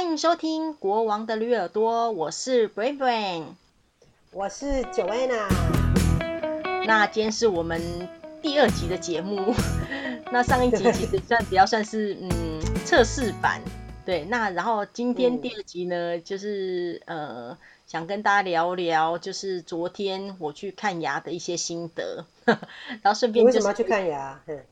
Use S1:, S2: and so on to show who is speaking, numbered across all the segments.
S1: 迎收听《国王的驴耳朵》，我是 Brain Brain。
S2: 我是 Joanna，
S1: 那今天是我们第二集的节目， 那上一集其实算比较算是嗯测试版，对。那然后今天
S2: 嗯
S1: 第二集呢，就是呃想跟大家聊聊，就是昨天我去看牙的一些心得， 然后顺
S2: 你
S1: 便
S2: 为
S1: 就
S2: 什么要去
S1: 是
S2: 看牙？嗯，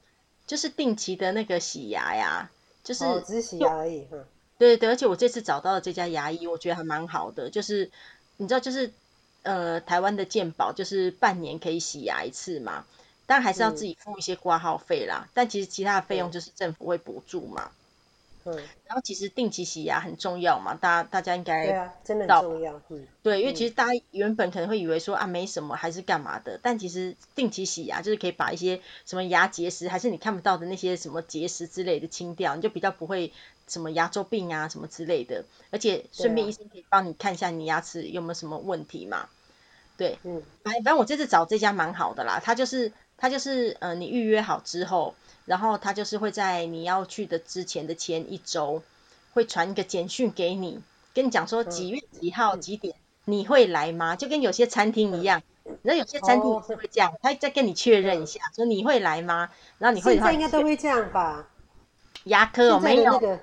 S1: 就是定期的那个洗牙呀，就是
S2: 哦，只是洗牙而已。嗯，
S1: 对对，而且我这次找到的这家牙医，我觉得还蛮好的，就是你知道，就是呃，台湾的健保就是半年可以洗牙一次嘛，但还是要自己付一些挂号费啦。但其实其他的费用就是政府会补助嘛。
S2: 嗯，
S1: 然后其实定期洗牙很重要嘛，大家大家应该
S2: 对啊，真的很重要。嗯，
S1: 对，因为其实大家原本可能会以为说啊没什么，还是干嘛的，但其实定期洗牙就是可以把一些什么牙结石，还是你看不到的那些什么结石之类的清掉，你就比较不会什么牙周病啊什么之类的，而且顺便
S2: 对啊
S1: 医生可以帮你看一下你牙齿有没有什么问题嘛。对，
S2: 嗯，
S1: 反反正我这次找这家蛮好的啦，它就是它就是呃，你预约好之后，然后它就是会在你要去的之前的前一周，会传一个简讯给你，跟你讲
S2: 嗯
S1: 说几月几号几点你会来吗？就跟有些餐
S2: 嗯
S1: 厅一样，那有些餐厅
S2: 哦
S1: 也是会这样，他再跟你确认一下，说你会来吗？然后你会
S2: 现
S1: 的话，
S2: 在应该都会这样吧？
S1: 牙科哦
S2: 现在
S1: 没
S2: 的
S1: 有
S2: 那个，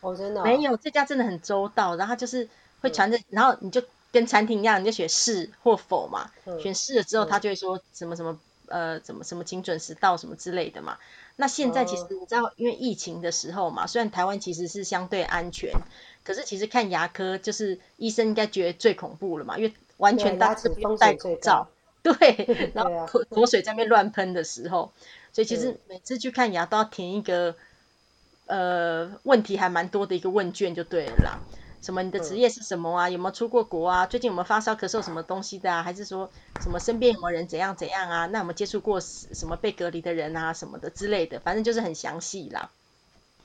S2: 哦，真的哦
S1: 没有，这家真的很周到，然后他就是
S2: 嗯
S1: 会传着，然后你就跟餐厅一样，你就选是或否嘛，
S2: 嗯
S1: 选是了之后，
S2: 嗯
S1: 他就会说什么什么呃，怎么什么请准时到什么之类的嘛。那现在其实
S2: 哦
S1: 你知道，因为疫情的时候嘛，虽然台湾其实是相对安全，可是其实看牙科就是医生应该觉得最恐怖了嘛，因为完全
S2: 对
S1: 大
S2: 牙
S1: 家都
S2: 齿
S1: 不用
S2: 风
S1: 戴
S2: 险
S1: 口
S2: 最
S1: 罩
S2: 高，
S1: 对，然
S2: 对
S1: 后
S2: 啊
S1: 口口水在那边乱喷的时候，所以其实
S2: 嗯
S1: 每次去看牙都要填一个呃问题还蛮多的一个问卷就对了啦。什么你的
S2: 嗯
S1: 职业是什么啊？有没有出过国啊？最近有没有发烧、咳嗽什么东西的啊？还是说什么身边有没有人怎样怎样啊？那有没有接触过什什么被隔离的人啊什么的之类的？反正就是很详细啦。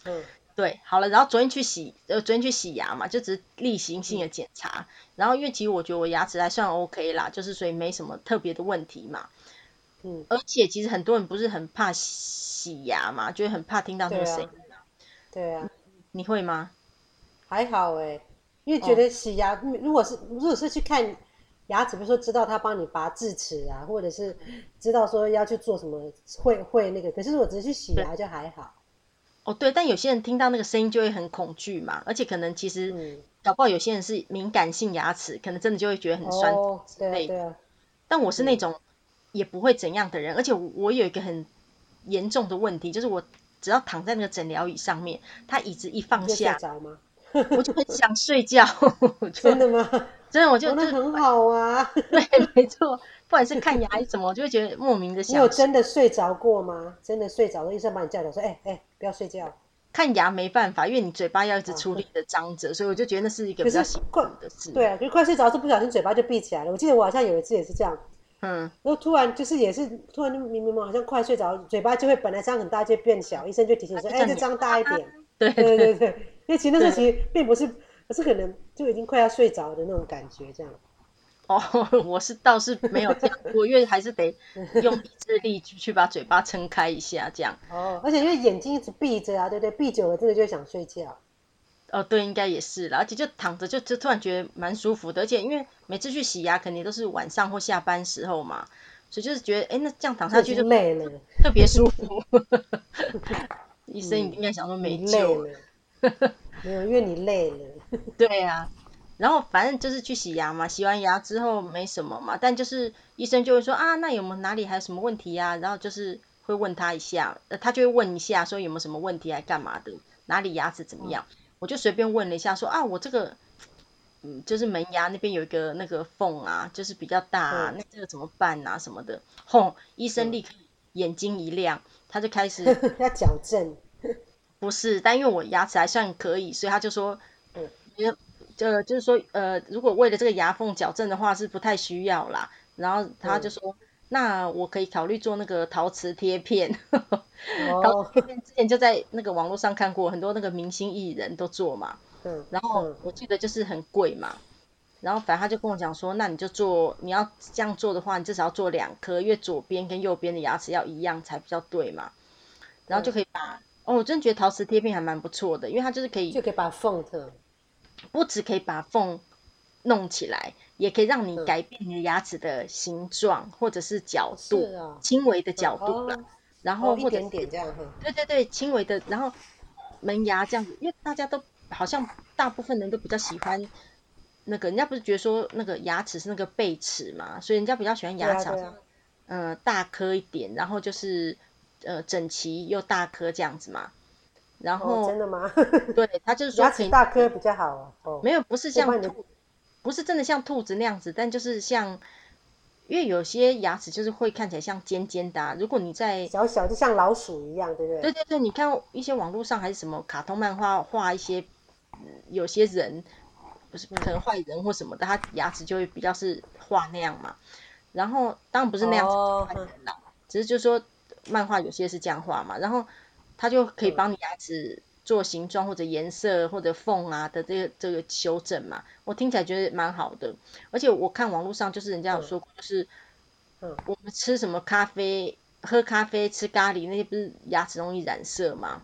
S2: 嗯，
S1: 对，好了，然后昨天去洗，呃，昨天去洗牙嘛，就只是例行性的检查。然后因为其实我觉得我牙齿还算 OK 啦，就是所以没什么特别的问题嘛。
S2: 嗯，
S1: 而且其实很多人不是很怕洗牙嘛，就是很怕听到那个
S2: 对啊
S1: 声音、
S2: 对啊，
S1: 你会吗？
S2: 还好哎，因为觉
S1: 哦
S2: 得洗牙，如果是如果是去看牙齿，比如说知道他帮你拔智齿啊，或者是知道说要去做什么，会会那个。可是我只是去洗牙就还好。
S1: 哦，对，但有些人听到那个声音就会很恐惧嘛，而且可能其实、
S2: 嗯，
S1: 搞不好有些人是敏感性牙齿，可能真的就会觉得很酸。
S2: 哦，对
S1: 类
S2: 啊，对啊，
S1: 但我是那种也不会怎样的人，而且我我有一个很严重的问题，就是我只要躺在那个诊疗椅上面，他椅子一
S2: 你
S1: 放
S2: 就睡
S1: 下，
S2: 着吗？
S1: 我就很想睡觉， 我就
S2: 真的吗？
S1: 真的我
S2: 哦
S1: 就
S2: 那
S1: 就
S2: 很好啊。
S1: 对， 没错，不管是看牙医什么，我就会觉得莫名的
S2: 你有
S1: 想睡
S2: 真的睡着过吗？真的睡着了，医生把你叫起来说：“哎、哎、不要睡觉。
S1: 看牙没办法，因为你嘴巴要一直出力的张着，所以我就觉得那是一个比较
S2: 啊可是
S1: 辛苦
S2: 快
S1: 的”事。
S2: 对啊，就快睡着的时候不小心嘴巴就闭起来了。我记得我好像有一次也是这样，
S1: 嗯，
S2: 然后突然就是也是突然就明明好像快睡着，嘴巴就会本来张很大就变小，医生就提醒说：“
S1: 啊他就叫
S2: 哎、
S1: 你
S2: 就张大一点。
S1: 对”
S2: 对对对，因为其实那时候其实并不是，可是可能就已经快要睡着的那种感觉，这样。
S1: 哦，我是倒是没有这样过，因为还是得用意志力去去把嘴巴撑开一下，这样。
S2: 哦，而且因为眼睛一直闭着啊，对不对？闭久了真的就会想睡觉。
S1: 哦，对，应该也是啦，而且就躺着就就突然觉得蛮舒服的，而且因为每次去洗牙肯定都是晚上或下班时候嘛，所以就是觉得，哎，那这样躺下去
S2: 已
S1: 就
S2: 经累了，
S1: 特别舒服。 医生应该想说没
S2: 你
S1: 救
S2: 累
S1: 了，
S2: 了， 没有，因为你累了。
S1: 对啊。然后反正就是去洗牙嘛，洗完牙之后没什么嘛，但就是医生就会说啊，那有没有哪里还有什么问题呀、然后就是会问他一下，呃，他就会问一下说有没有什么问题，还干嘛的，哪里牙齿怎么样？我就随便问了一下说啊，我这个嗯，就是门牙那边有一个那个缝啊，就是比较大、啊，
S2: 嗯
S1: 那这个怎么办啊什么的。吼，医生立刻眼睛一亮，他就开始
S2: 要矫正，
S1: 不是，但因为我牙齿还算可以，所以他就说，
S2: 嗯
S1: 呃，呃，就是说，呃，如果为了这个牙缝矫正的话，是不太需要啦。然后他就说，那我可以考虑做那个陶瓷贴片。 陶
S2: 哦
S1: 瓷，贴片之前就在那个网络上看过，很多那个明星艺人都做嘛。
S2: 嗯，
S1: 然后
S2: 嗯
S1: 我记得就是很贵嘛，然后反正他就跟我讲说，那你就做，你要这样做的话，你至少要做两颗，因为左边跟右边的牙齿要一样才比较对嘛。然后就可以把，哦，我真觉得陶瓷贴片还蛮不错的，因为它就是可以
S2: 就可以把缝的，
S1: 不只可以把缝弄起来，也可以让
S2: 嗯
S1: 你改变你的牙齿的形状或者是角度，
S2: 是啊
S1: 轻微的角度啦，
S2: 哦
S1: 然后
S2: 哦，一
S1: 或者
S2: 点点这样哈。
S1: 对对对，轻微的，然后门牙这样子，因为大家都好像大部分人都比较喜欢那个，人家不是觉得说那个牙齿是那个贝齿嘛，所以人家比较喜欢牙齿好
S2: 对啊对
S1: 像
S2: 啊，
S1: 呃大颗一点，然后就是呃整齐又大颗这样子嘛。然
S2: 哦，
S1: 后、
S2: 真的吗？
S1: 对他就是说
S2: 牙
S1: 可
S2: 齿
S1: 以
S2: 大颗比较好啊。哦，
S1: 没有不是
S2: 要不
S1: 像
S2: 然你
S1: 兔，不是真的像兔子那样子，但就是像。因为有些牙齿就是会看起来像尖尖的、啊，如果你在
S2: 小小就像老鼠一样，对不对？
S1: 对对对，你看一些网络上还是什么卡通漫画画一些，嗯有些人不是可能坏人或什么的，他牙齿就会比较是画那样嘛。然后当然不是那样子
S2: 哦
S1: 画人啦，只是就说漫画有些是这样画嘛，然后他就可以帮你牙齿做形状或者颜色或者缝啊的这个这个修正嘛。我听起来觉得蛮好的，而且我看网络上就是人家有说过，就是
S2: 嗯
S1: 我们吃什么咖啡、喝咖啡、吃咖喱那些，不是牙齿容易染色吗？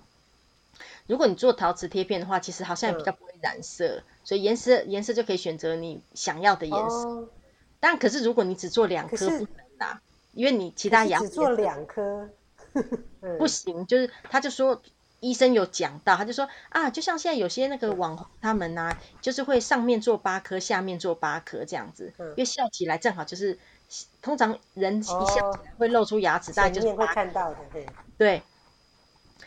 S1: 如果你做陶瓷贴片的话，其实好像也比较不会染色，所以颜色颜色就可以选择你想要的颜色。
S2: 哦，
S1: 但可是如果你只做两
S2: 可
S1: 颗
S2: 是
S1: 不能啦，因为你其
S2: 可
S1: 他
S2: 是
S1: 牙
S2: 只
S1: 齿
S2: 做两颗， 嗯
S1: 不行，就是他就说医生有讲到，他就说啊，就像现在有些那个网红他们呐、就是会上面做八颗，下面做八颗这样子，
S2: 嗯
S1: 因为笑起来正好就是，通常人一笑起
S2: 哦
S1: 来会露出牙齿，大概
S2: 前
S1: 就是
S2: 面会
S1: 八颗
S2: 看到的，对，
S1: 对，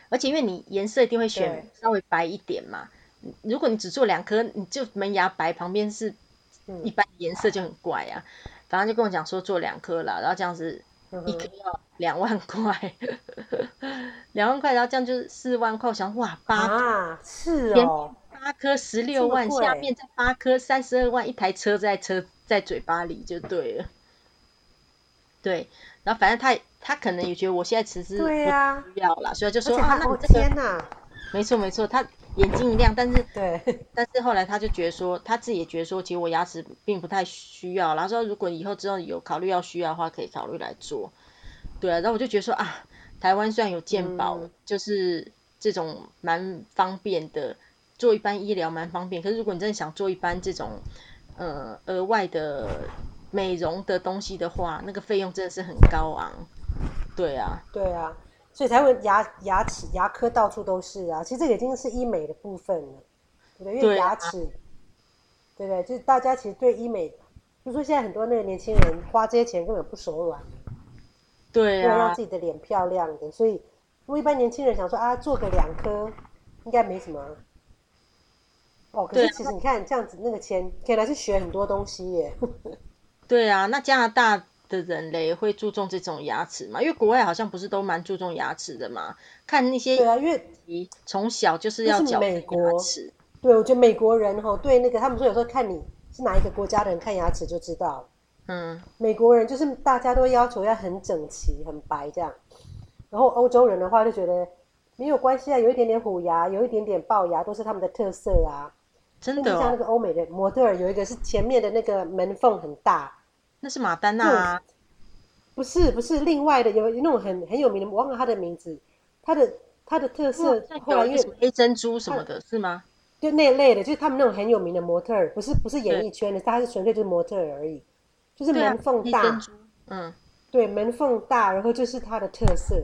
S1: 而且因为你颜色一定会选
S2: 对
S1: 稍微白一点嘛，嗯如果你只做两颗，你就门牙白，旁边是
S2: 嗯
S1: 一般颜色就很怪啊。反正就跟我讲说做两颗啦，然后这样子
S2: 嗯
S1: 一
S2: 哼
S1: 颗要两万块，两万块，然后这样就是四万块。我想哇，八
S2: 啊，是
S1: 前
S2: 哦，
S1: 八颗十六万，
S2: 这么贵
S1: 下面再八颗三十二万，一台车在车在嘴巴里就对了。对，然后反正他他可能也觉得我现在其实
S2: 对
S1: 不
S2: 呀，
S1: 需要啦，所以他就
S2: 而且
S1: 说啊，
S2: 还
S1: 那你
S2: 哦
S1: 这个
S2: 天哪，
S1: 没错没错，他眼睛一亮，但是
S2: 对，
S1: 但是后来他就觉得说，他自己也觉得说，其实我牙齿并不太需要，然后说如果以后之后有考虑要需要的话，可以考虑来做。对啊，然后我就觉得说啊，台湾虽然有健保，
S2: 嗯
S1: 就是这种蛮方便的，做一般医疗蛮方便，可是如果你真的想做一般这种呃额外的美容的东西的话，那个费用真的是很高昂。对啊，
S2: 对啊，所以才会牙牙齿牙科到处都是啊。其实这个已经是医美的部分了，对不对？因
S1: 对
S2: 为
S1: 啊
S2: 牙齿，对不对？就是大家其实对医美，就说现在很多那个年轻人花这些钱根本不手软，
S1: 对
S2: 为了让
S1: 啊
S2: 自，己的脸漂亮的，所以如果一般年轻人想说啊，做个两颗应该没什么。啊哦，可
S1: 对
S2: 是
S1: 啊
S2: 其实你看这样子，那个钱可以拿去学很多东西耶。
S1: 对啊，那加拿大的人嘞会注重这种牙齿嘛？因为国外好像不是都蛮注重牙齿的嘛？看那
S2: 对
S1: 些
S2: 啊，因为
S1: 医从小就是要
S2: 就是
S1: 矫正
S2: 美国
S1: 牙齿，
S2: 对我觉得美国人哈、对那个他们说有时候看你是哪一个国家的人，看牙齿就知道。
S1: 嗯，
S2: 美国人就是大家都要求要很整齐、很白这样，然后欧洲人的话就觉得没有关系啊，有一点点虎牙，有一点点龅牙都是他们的特色啊。
S1: 真
S2: 那
S1: 的
S2: 就像那
S1: 哦，
S2: 个欧美的模特儿，有一个是前面的那个门缝很大，
S1: 那是马丹娜啊，
S2: 不是不是另外的有有那种很很有名的，我忘了他的名字，他的他的特色
S1: 像
S2: 后来
S1: 有
S2: 因
S1: 一
S2: 为
S1: 个什么黑珍珠什么的，是吗？
S2: 就那一类的，就是他们那种很有名的模特儿，不是不是演
S1: 对
S2: 艺圈的，他是纯粹就是模特儿而已，就是
S1: 对啊
S2: 门，缝
S1: 黑
S2: 大。
S1: 珍珠，嗯，
S2: 对，门缝大，然后就是它的特色。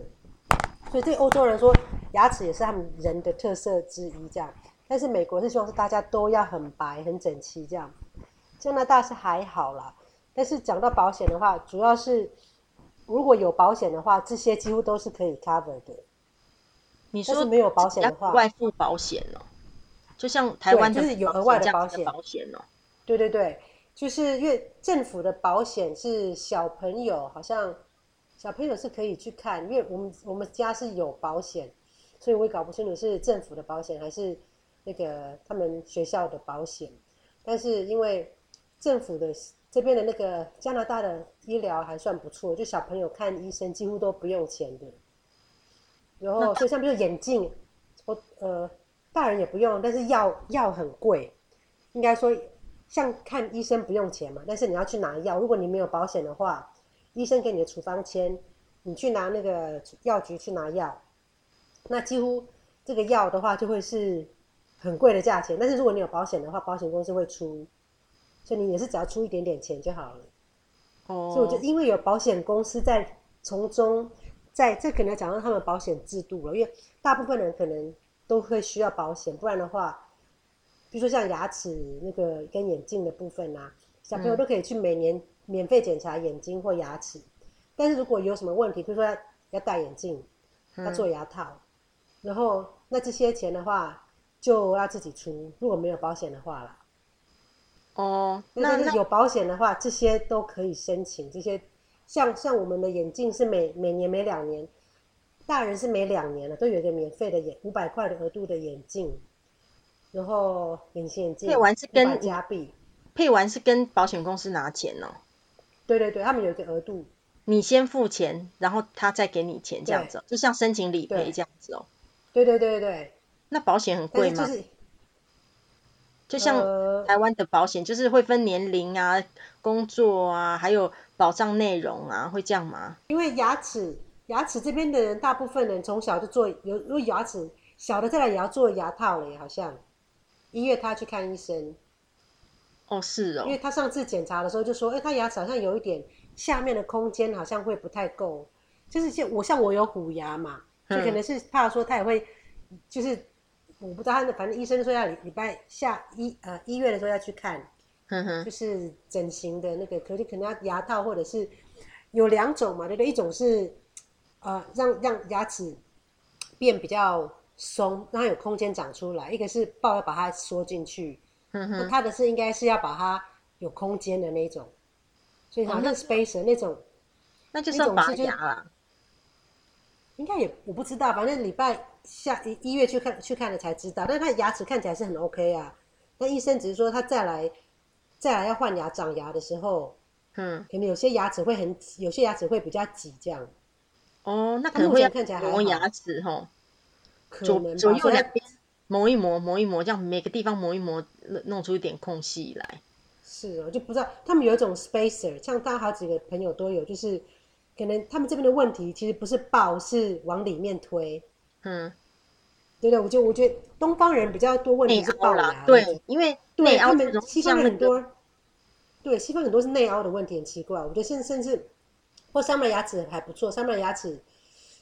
S2: 所以对欧洲人说，牙齿也是他们人的特色之一，这样。但是美国是希望是大家都要很白、很整齐这样。加拿大是还好啦，但是讲到保险的话，主要是如果有保险的话，这些几乎都是可以 cover 的。
S1: 你
S2: 但
S1: 说
S2: 是没有保险
S1: 要
S2: 的话
S1: 额，外付保险哦，就像台湾的
S2: 对就是有额外的
S1: 这样
S2: 保
S1: 子
S2: 险
S1: 保险哦，
S2: 对对对，就是因为政府的保险是小朋友，好像小朋友是可以去看，因为我们我们家是有保险，所以我也搞不清楚是政府的保险还是那个他们学校的保险。但是因为政府的这边的那个加拿大的医疗还算不错，就小朋友看医生几乎都不用钱的。然
S1: 那
S2: 后所以像比如说眼镜，我呃大人也不用，但是药药很贵，应该说像看医生不用钱嘛，但是你要去拿药，如果你没有保险的话，医生给你的处方签，你去拿那个药局去拿药，那几乎这个药的话就会是很贵的价钱，但是如果你有保险的话，保险公司会出，所以你也是只要出一点点钱就好了。所以我
S1: 哦
S2: 就，因为有保险公司在从中，在这可能要讲到他们保险制度了，因为大部分人可能都会需要保险，不然的话，比如说像牙齿那个跟眼镜的部分啊，小朋友都可以去每年免费检查眼睛或牙齿，但是如果有什么问题，比如说要要戴眼镜，要做牙套，然后那这些钱的话就要自己出，如果没有保险的话啦。
S1: 哦，
S2: 那
S1: 那
S2: 那
S1: 那
S2: 有保险的话，这些都可以申请。这些像像我们的眼镜是每每年每两年，大人是每两年了，都有一个免费的眼五百块的额度的眼镜，然后隐形眼镜
S1: 配完是跟
S2: 500加币，
S1: 配完是跟保险公司拿钱哦，
S2: 对对对，他们有一个额度，
S1: 你先付钱，然后他再给你钱这样
S2: 对
S1: 子哦，就像申请理赔
S2: 对
S1: 这样子哦。
S2: 对对对对对，
S1: 那保险很
S2: 但
S1: 贵
S2: 是
S1: 吗？
S2: 就是
S1: 就像
S2: 呃
S1: 台湾的保险，就是会分年龄啊、工作啊，还有保障内容啊，会这样吗？
S2: 因为牙齿牙齿这边的人，大部分人从小就做有，如果牙齿小的再来也要做牙套了耶，好像因为他去看医生。
S1: 哦，是
S2: 因
S1: 哦
S2: 为，他上次检查的时候就说，哎、他牙齿好像有一点下面的空间好像会不太够，就是像我像我有虎牙嘛，就
S1: 嗯
S2: 可能是怕说他也会，就是我不知道他，反正医生说要礼礼拜下一呃一月的时候要去看，
S1: 哼哼，
S2: 就是整形的那个，可是可能要牙套或者是有两种嘛，对不对？一种是呃让让牙齿变比较松，让它有空间长出来；一个是抱要把它缩进去。
S1: 嗯哼
S2: 那
S1: 哼，
S2: 他的是应该是要把它有空间的那一种，所以好
S1: 哦
S2: 像 spacer 那种
S1: 那就
S2: 那
S1: 算
S2: 种
S1: 拔
S2: 是就是
S1: 牙啦。
S2: 应该也我不知道，反正礼拜下一一月去看去看了才知道。但他牙齿看起来是很 OK 啊，那医生只是说他再来再来要换牙长牙的时候，
S1: 嗯，
S2: 可能有些牙齿会很有些牙齿会比较挤这样，
S1: 哦，那
S2: 它
S1: 可能
S2: 目
S1: 会
S2: 前
S1: 要
S2: 看起来还好
S1: 磨牙齿吼，
S2: 可
S1: 左
S2: 能吧
S1: 左右
S2: 所以他
S1: 两边磨一磨，磨一磨，这样每个地方磨一磨，弄弄出一点空隙来。
S2: 是哦，就不知道他们有一种 spacer，像大家好几个朋友都有，就是可能他们这边的问题其实不是抱，是往里面推。
S1: 嗯，
S2: 对对，我觉得我觉得东方人比较多问
S1: 内
S2: 题是龅
S1: 凹啦
S2: 牙，，
S1: 对，因为
S2: 对
S1: 内
S2: 他
S1: 凹这
S2: 们
S1: 种
S2: 西方
S1: 像
S2: 人
S1: 那
S2: 很
S1: 个，
S2: 多，对西方很多是内凹的问题，很奇怪。我觉得现甚至或上面牙齿还不错，上面牙齿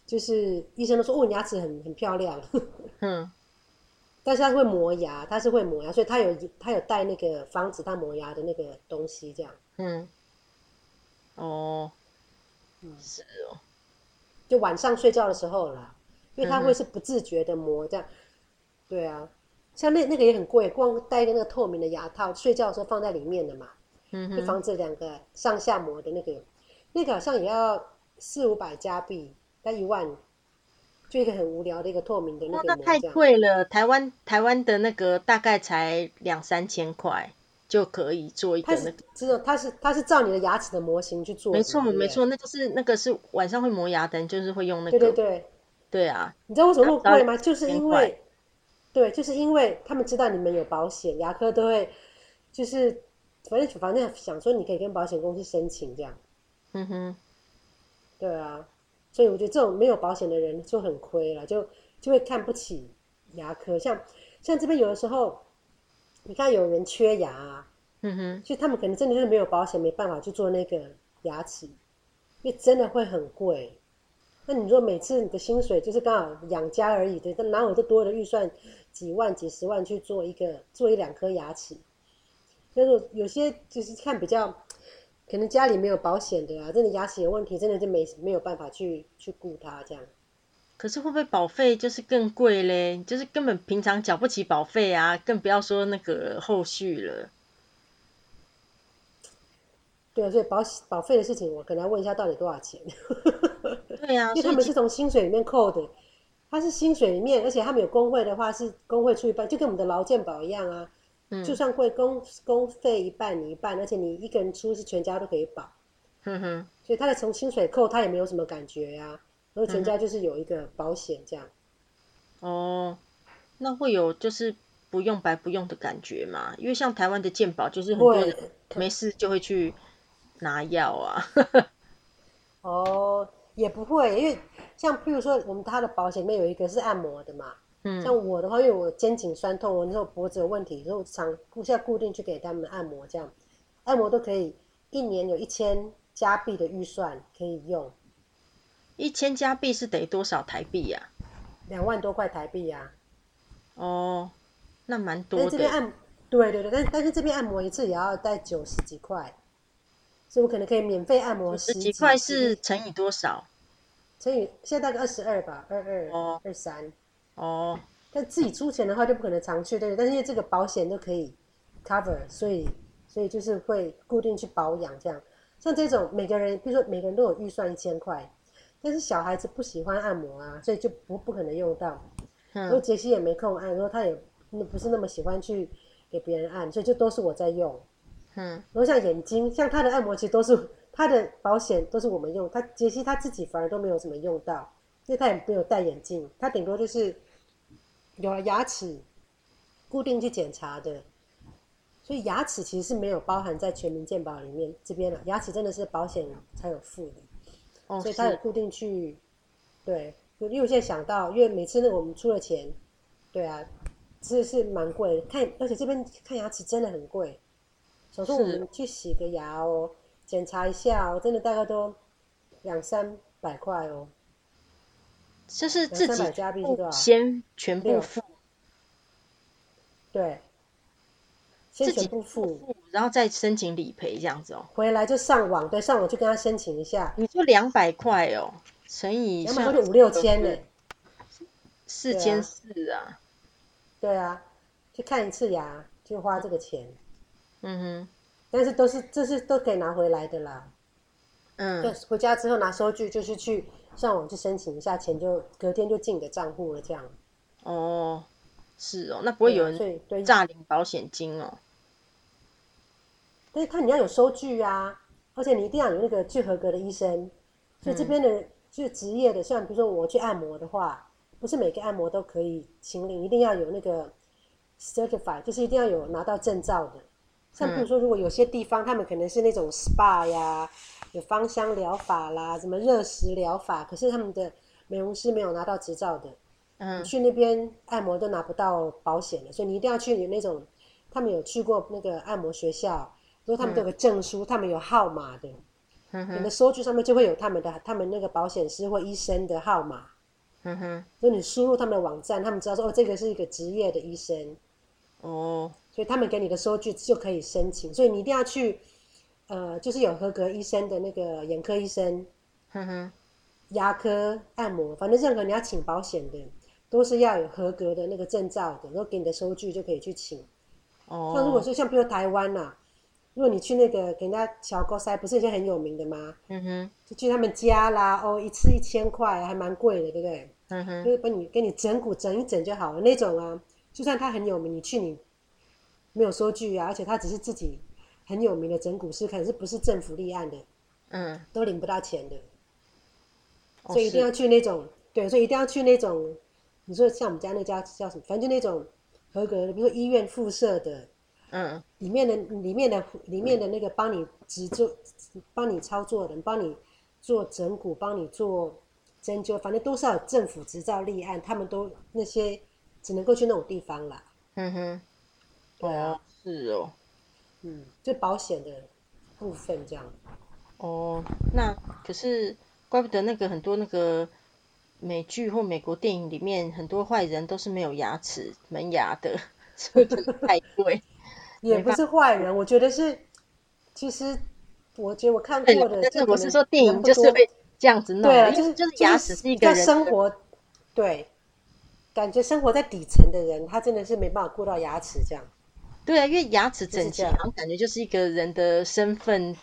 S2: 就是医生都说哦，你牙齿很很漂亮，
S1: 嗯，
S2: 但是他会磨牙，他是会磨牙，所以他有他有带那个防止他磨牙的那个东西，这样
S1: 嗯，哦，
S2: 嗯
S1: 是哦，
S2: 就晚上睡觉的时候啦，因为他
S1: 嗯哼
S2: 会是不自觉的磨这样，对啊。像那那个也很贵，光戴一个那个透明的牙套，睡觉的时候放在里面的嘛，
S1: 嗯
S2: 就
S1: 哼，
S2: 防止两个上下磨的那个，那个好像也要四五百加币，那一万，就一个很无聊的一个透明的那
S1: 哇，
S2: 个
S1: 那
S2: 膜
S1: 太
S2: 这样。
S1: 贵了，台湾台湾的那个大概才两三千块就可以做一
S2: 它
S1: 个那
S2: 是
S1: 个。
S2: 知道，它是它是照你的牙齿的模型去做的，
S1: 没错，
S2: 对不对
S1: 没错，。那就是那个是晚上会磨牙的人，就是会用那个，
S2: 对对对，
S1: 对啊，
S2: 你知道为什么那么
S1: 那
S2: 贵吗？就是因
S1: 两
S2: 为，对，就是因为他们知道你们有保险，牙科都会，就是反正反正想说你可以跟保险公司申请这样，
S1: 嗯哼，
S2: 对啊。所以我觉得这种没有保险的人就很亏了，就就会看不起牙科。像像这边有的时候，你看有人缺牙、啊，
S1: 嗯哼，
S2: 就他们可能真的就是没有保险，没办法去做那个牙齿，因为真的会很贵。那你说每次你的薪水就是刚好养家而已的，那哪有这多的预算几万、几十万去做一个做一两颗牙齿？所以说有些就是看比较，可能家里没有保险的啊，真的牙齿有问题，真的就没没有办法去去顾它这样。
S1: 可是会不会保费就是更贵嘞？就是根本平常缴不起保费啊，更不要说那个后续了。
S2: 对啊，所以保险保费的事情，我可能要问一下到底多少钱。
S1: 对啊，
S2: 因
S1: 所
S2: 为他
S1: 以
S2: 们
S1: 其
S2: 是从薪水里面扣的，他是薪水里面，而且他们有工会的话是工会出一半，就跟我们的劳健保一样啊，
S1: 嗯
S2: 就算贵工工费一半你一半，而且你一个人出是全家都可以保，
S1: 哼嗯哼，
S2: 所以他的从薪水扣他也没有什么感觉呀、然后全家就是有一个保险这样，
S1: 哦，那会有就是不用白不用的感觉嘛？因为像台湾的健保，就是很多
S2: 会
S1: 人没事就会去拿药啊。
S2: 哦也不会，因为像譬如说我们他的保险里面有一个是按摩的嘛，
S1: 嗯
S2: 像我的话，因为我肩颈酸痛，我那时候脖子有问题，所以我常固下固定去给他们按摩，这样按摩都可以一年有一千加币的预算可以用，
S1: 一千加币是等于多少台币呀、
S2: 两万多块台币啊。
S1: 哦，那蛮
S2: 但
S1: 多
S2: 是这边
S1: 的。
S2: 按，对对对，但但是这边按摩一次也要带九十几块，所以我可能可以免费按摩
S1: 十
S2: 十
S1: 几块是乘以多少？
S2: 乘以现在大概二十二吧，二二
S1: 哦
S2: 二三。
S1: 哦，
S2: 但自己出钱的话就不可能常去，对不对？但是因为这个保险都可以 cover，所以所以就是会固定去保养这样。像这种每个人，比如说每个人都有预算一千块，但是小孩子不喜欢按摩啊，所以就不不可能用到。然后
S1: 嗯，
S2: 杰西也没空按，然后他也不是那么喜欢去给别人按，所以就都是我在用。
S1: 嗯，
S2: 然后像眼睛，像他的按摩其实都是他的保险都是我们用，他杰西他自己反而都没有怎么用到，因为他也没有戴眼镜，他顶多就是有牙齿固定去检查的，所以牙齿其实是没有包含在全民健保里面这边了，啊牙齿真的是保险才有付的。
S1: 哦，
S2: 所以他有
S1: 是，
S2: 固定去，对，因为我现在想到，因为每次那个我们出了钱，对啊，是是蛮贵的，看而且这边看牙齿真的很贵，想说我
S1: 是
S2: 们去洗个牙哦，检查一下哦，真的大概都两三百块哦，
S1: 就是自己
S2: 300加币是多少
S1: 先全部
S2: 六
S1: 付，
S2: 对，先
S1: 自己
S2: 全部付，
S1: 然后再申请理赔这样子哦。
S2: 回来就上网，对，上网去跟他申请一下，
S1: 你说两百块哦，乘以
S2: 两百块
S1: 算
S2: 就五六千呢，
S1: 四
S2: 对啊
S1: 千四啊，
S2: 对啊，去看一次牙就花这个钱，
S1: 嗯哼，
S2: 但是都是这是都可以拿回来的啦。对
S1: 嗯，，
S2: 回家之后拿收据，就是去上网去申请一下，钱就隔天就进你的账户了，这样。
S1: 哦，是哦，那不会有
S2: 对啊所
S1: 人
S2: 以对，
S1: 诈领保险金哦。
S2: 但是他你要有收据啊，而且你一定要有那个去合格的医生。所以这边的人就是职业的，像比如说我去按摩的话，不是每个按摩都可以请领，一定要有那个 certified，就是一定要有拿到证照的。像比如说，如果有些地方他们可能是那种 SPA 呀，有芳香疗法啦，什么热石疗法，可是他们的美容师没有拿到执照的，
S1: 嗯
S2: 去那边按摩都拿不到保险的，所以你一定要去有那种，他们有去过那个按摩学校，如果他们都有个证书，他们有号码的，
S1: 哼
S2: 你
S1: 哼
S2: 的收据上面就会有他们的，他们那个保险师或医生的号码，
S1: 哼哼，
S2: 所以你输入他们的网站，他们知道说哦，这个是一个职业的医生，
S1: 哦，
S2: 所以他们给你的收据就可以申请，所以你一定要去，呃，就是有合格医生的那个眼科医生，
S1: 哼哼，
S2: 牙科、按摩，反正任何你要请保险的，都是要有合格的那个证照的，然后给你的收据就可以去请。
S1: 哦，
S2: 那如果说像比如台湾呐、啊如果你去那个给人家桥沟塞，不是一些很有名的吗？
S1: 嗯哼，
S2: 就去他们家啦，哦，一次一千块，还蛮贵的，对不对？
S1: 嗯哼，
S2: 就是把你给你整骨整一整就好了那种啊。就算他很有名，你去你没有收据啊，而且他只是自己很有名的整骨师，可能是不是政府立案的，
S1: 嗯，
S2: 都领不到钱的。
S1: 哦
S2: 所以一定
S1: 是
S2: 要去那种，对，所以一定要去那种，你说像我们家那家叫什么，反正就那种合格的，比如说医院附设的，
S1: 嗯
S2: 里面的里面的里面的那个帮你制作、帮你操作的人，帮你做整骨、帮你做针灸，反正都是要有政府执照立案，他们都那些只能够去那种地方啦。
S1: 哼哼，
S2: 对啊
S1: 哦，是哦，
S2: 嗯，就保险的部分这样。
S1: 哦，那可是怪不得那个很多那个美剧或美国电影里面很多坏人都是没有牙齿门牙的， 所以就是太 贵。
S2: 也不是坏人，我觉得是，其实我觉得我看
S1: 对
S2: 过的，，
S1: 但
S2: 这
S1: 是
S2: 可
S1: 我是
S2: 能
S1: 说电
S2: 人
S1: 影
S2: 不
S1: 就是
S2: 多
S1: 会这样子弄
S2: 对啊，
S1: 的，
S2: 就
S1: 因
S2: 是
S1: 为就是
S2: 就
S1: 牙
S2: 是
S1: 齿是一
S2: 比
S1: 个
S2: 较
S1: 人
S2: 生
S1: 的
S2: 活，对，感觉生活在底层的人，他真的是没办法顾到牙齿这样。
S1: 对啊，因为牙齿
S2: 就是
S1: 整
S2: 这
S1: 齐，
S2: 样
S1: 好像感觉就是一个人的身份，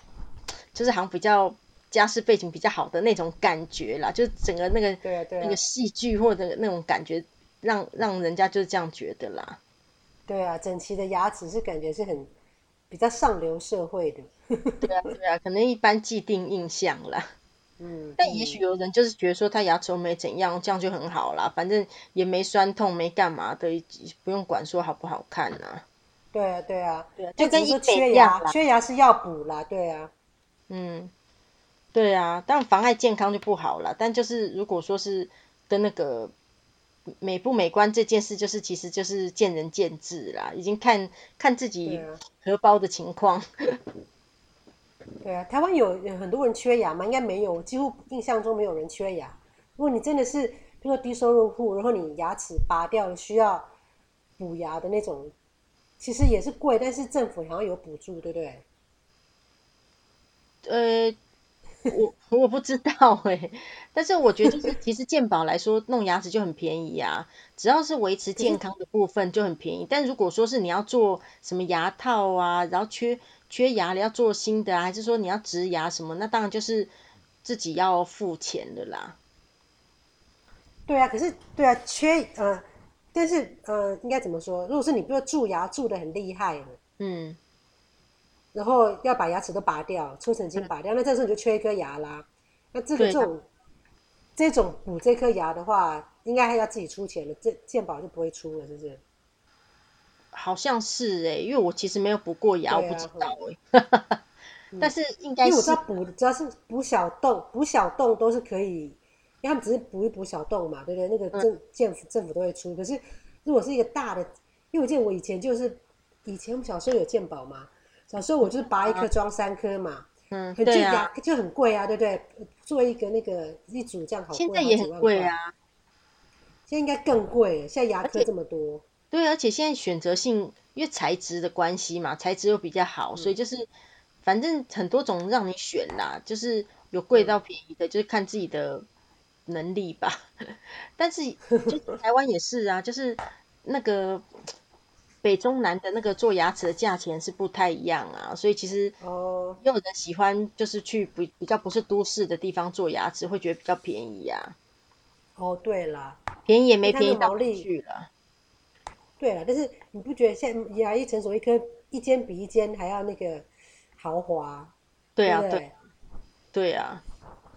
S1: 就是好像比较家世背景比较好的那种感觉啦，就是整个那个
S2: 对啊，对
S1: 那个戏剧或者那种感觉，让让人家就是这样觉得啦。
S2: 对啊，整齐的牙齿是感觉是很比较上流社会的，
S1: 对啊，对啊，可能一般既定印象啦。
S2: 嗯，
S1: 但也许有人就是觉得说他牙齿又没怎样，这样就很好啦，反正也没酸痛，没干嘛的，不用管说好不好看啊。
S2: 对啊，对啊，
S1: 对啊
S2: 那
S1: 就跟
S2: 只是说
S1: 医美
S2: 缺
S1: 一样
S2: 牙，
S1: 啦
S2: 缺牙是要补啦，对啊，
S1: 嗯，对啊，但妨碍健康就不好了。但就是如果说是跟那个美不美观这件事，就是其实就是见仁见智啦，已经看看自
S2: 对
S1: 己
S2: 啊，
S1: 荷包的情况。
S2: 对啊，台湾有有很多人缺牙吗？应该没有，几乎印象中没有人缺牙。如果你真的是，比如说低收入户，然后你牙齿拔掉需要补牙的那种，其实也是贵，但是政府好像有补助，对不对？
S1: 呃，我 我不知道哎、但是我觉得就是其实健保来说，弄牙齿就很便宜啊，只要是维持
S2: 可是
S1: 健康的部分就很便宜。但如果说是你要做什么牙套啊，然后缺缺牙了要做新的啊，还是说你要植牙什么，那当然就是自己要付钱的啦。
S2: 对啊，可是对啊，缺呃，但是呃，应该怎么说？如果是你，比如说蛀牙蛀的很厉害了，
S1: 嗯，
S2: 然后要把牙齿都拔掉，抽神经拔掉，那这时候你就缺一颗牙啦。那这
S1: 嗯
S2: 个
S1: 对
S2: 这种这种补这颗牙的话，应该还要自己出钱了，这健保就不会出了，是不是？
S1: 好像是哎、因为我其实没有补过牙，我
S2: 对
S1: 不
S2: 啊
S1: 知
S2: 会
S1: 道哎、 但是应
S2: 因
S1: 该
S2: 为我知
S1: 是
S2: 道补，只要是补小洞，补小洞都是可以，因为他们只是补一补小洞嘛，对不对？那
S1: 嗯
S2: 个政政府政府都会出。可是如果是一个大的，因为我记得我以前就是以前我们小时候有健保嘛，小时候我就是拔一颗装三颗嘛，
S1: 嗯，
S2: 很就
S1: 对
S2: 牙
S1: 啊，
S2: 就很贵啊，对不对？做一个那个一组这样好贵，
S1: 现在
S2: 好
S1: 也
S2: 几
S1: 很
S2: 万
S1: 贵
S2: 块
S1: 啊。
S2: 现在应该更贵，现在牙
S1: 而
S2: 科
S1: 且
S2: 这么多，
S1: 对，而且现在选择性，因为材质的关系嘛，材质又比较好，
S2: 嗯
S1: 所以就是反正很多种让你选啦，就是有贵
S2: 嗯
S1: 到便宜的，就是看自己的能力吧。 但是就台湾也是啊，就是那个北中南的那个做牙齿的价钱是不太一样啊，所以其实
S2: 哦，
S1: 也有人喜欢就是去比比较不是都市的地方做牙齿，会觉得比较便宜啊，
S2: 哦，对啦，
S1: 便宜也没
S2: 因为它
S1: 便宜
S2: 的
S1: 到
S2: 毛
S1: 哪里
S2: 利
S1: 去了。
S2: 对啦，但是你不觉得现在牙医诊所一颗一间比一间还要那个豪华，
S1: 对啊，
S2: 不
S1: 对
S2: 对？
S1: 对啊。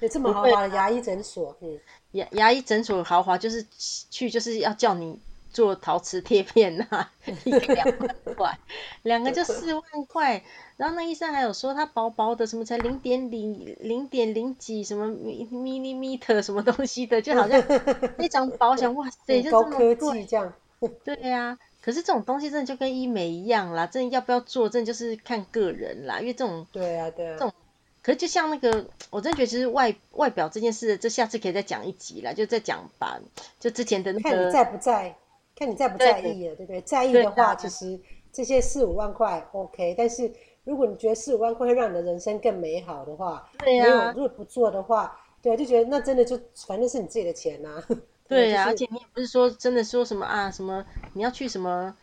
S2: 有这么
S1: 不
S2: 豪
S1: 会
S2: 华的牙医诊所，嗯，
S1: 牙牙医诊所豪华，就是去就是要叫你做陶瓷贴片呐、一个两万块，两个就四万块。然后那医生还有说，它薄薄的，什么才零点零零点零几什么 mi- millimeter 什么东西的，就好像非常薄，想哇塞，
S2: 很
S1: 就
S2: 嗯高
S1: 这
S2: 科
S1: 么贵，
S2: 技这样，
S1: 对呀、可是这种东西真的就跟医美一样啦，真的要不要做，真的就是看个人啦，因为这种。
S2: 对啊，对
S1: 这
S2: 啊
S1: 种，可是就像那个，我真的觉得其实外外表这件事，这下次可以再讲一集啦，就再讲吧。就之前的那
S2: 看你
S1: 个，
S2: 在不在，看你在不
S1: 对
S2: 在意了，对不对？在意
S1: 对
S2: 的
S1: 啊
S2: 话，其实这些四五万块 OK，但是如果你觉得四五万块会让你的人生更美好的话，
S1: 对啊
S2: 没有，
S1: 呀、
S2: 如果不做的话，对啊，就觉得那真的就反正是你自己的钱呐、
S1: 对呀、
S2: 呀、
S1: 而
S2: 就是
S1: 且你也不是说真的说什么啊，什么你要去什么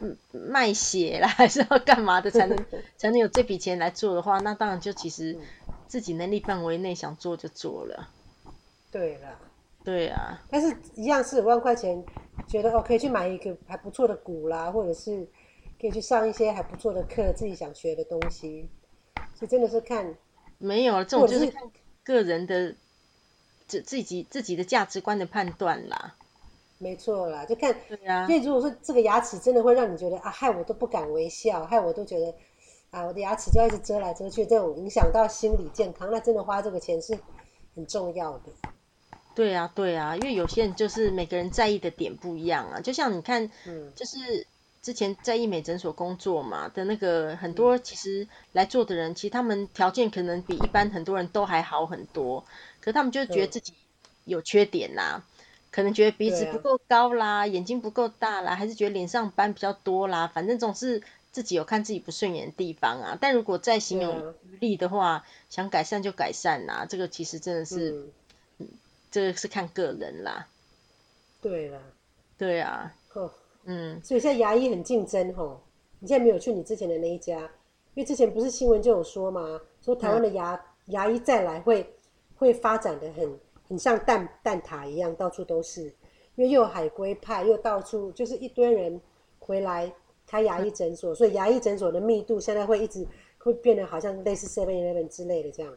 S1: 嗯卖血啦， 还是要干嘛的才能 才能有这笔钱来做的话，那当然就其实
S2: 嗯
S1: 自己能力范围内想做就做了。
S2: 对了，
S1: 对啊，
S2: 但是一样四五万块钱，觉得哦可以去买一个还不错的股啦，或者是可以去上一些还不错的课，自己想学的东西，所以真的是看。
S1: 没有这种
S2: 或
S1: 就是
S2: 者是
S1: 看个人的自自己自己的价值观的判断啦。
S2: 没错啦，就看，
S1: 对啊
S2: 因，为如果说这个牙齿真的会让你觉得啊，害我都不敢微笑，害我都觉得啊，我的牙齿就要一直遮来遮去，这种影响到心理健康，那真的花这个钱是很重要的。
S1: 对啊，对啊，因为有些人就是每个人在意的点不一样啊。就像你看，
S2: 嗯，
S1: 就是之前在医美诊所工作嘛的那个很
S2: 嗯
S1: 多，其实来做的人，其实他们条件可能比一般很多人都还好很多，可他们就觉得
S2: 嗯
S1: 自己有缺点啦，可能觉得鼻子
S2: 对啊
S1: 不够高啦，眼睛不够大啦，还是觉得脸上斑比较多啦，反正总是自己有看自己不顺眼的地方啊。但如果再行
S2: 对啊
S1: 有余力的话，想改善就改善啦，这个其实真的是。
S2: 嗯，
S1: 这个是看个人啦，
S2: 对啦，
S1: 对啊，
S2: 哦，
S1: 嗯，
S2: 所以现在牙医很竞争吼，你现在没有去你之前的那一家，因为之前不是新闻就有说嘛，说台湾的牙、
S1: 嗯
S2: 牙医再来会会发展的很很像蛋蛋挞一样，到处都是，因为又有海归派，又到处就是一堆人回来开牙医诊
S1: 嗯
S2: 所，所以牙医诊所的密度现在会一直会变得好像类似 Seven Eleven 之类的这样，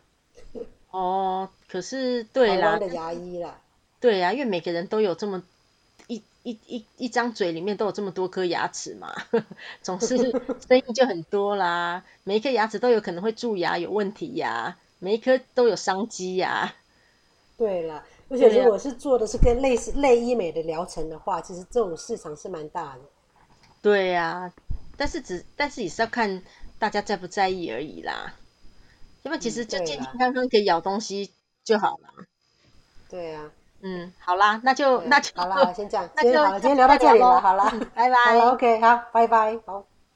S1: 哦，可是对
S2: 台
S1: 啦
S2: 湾，的牙医啦，
S1: 对啊，因为每个人都有这么一一一一张嘴里面都有这么多颗牙齿嘛， 总 是生意就很多啦，每一颗牙齿都有可能会蛀牙有问题呀、每一颗都有商机呀、
S2: 对啦，而且如果是做的是跟类似类医美的疗程的话，其实这种市场是蛮大的。
S1: 对呀、但是只但是也是要看大家在不在意而已啦。要不然其实就
S2: 嗯对
S1: 健健
S2: 啦
S1: 康康可以咬东西就好了。
S2: 对啊，
S1: 嗯，好啦，那就
S2: 对啊
S1: 那就
S2: 好了，好啦先这样，
S1: 那
S2: 今天
S1: 就
S2: 好了，今天聊到这里了，好了，
S1: 嗯拜拜。
S2: 好了，OK，好，拜拜，好。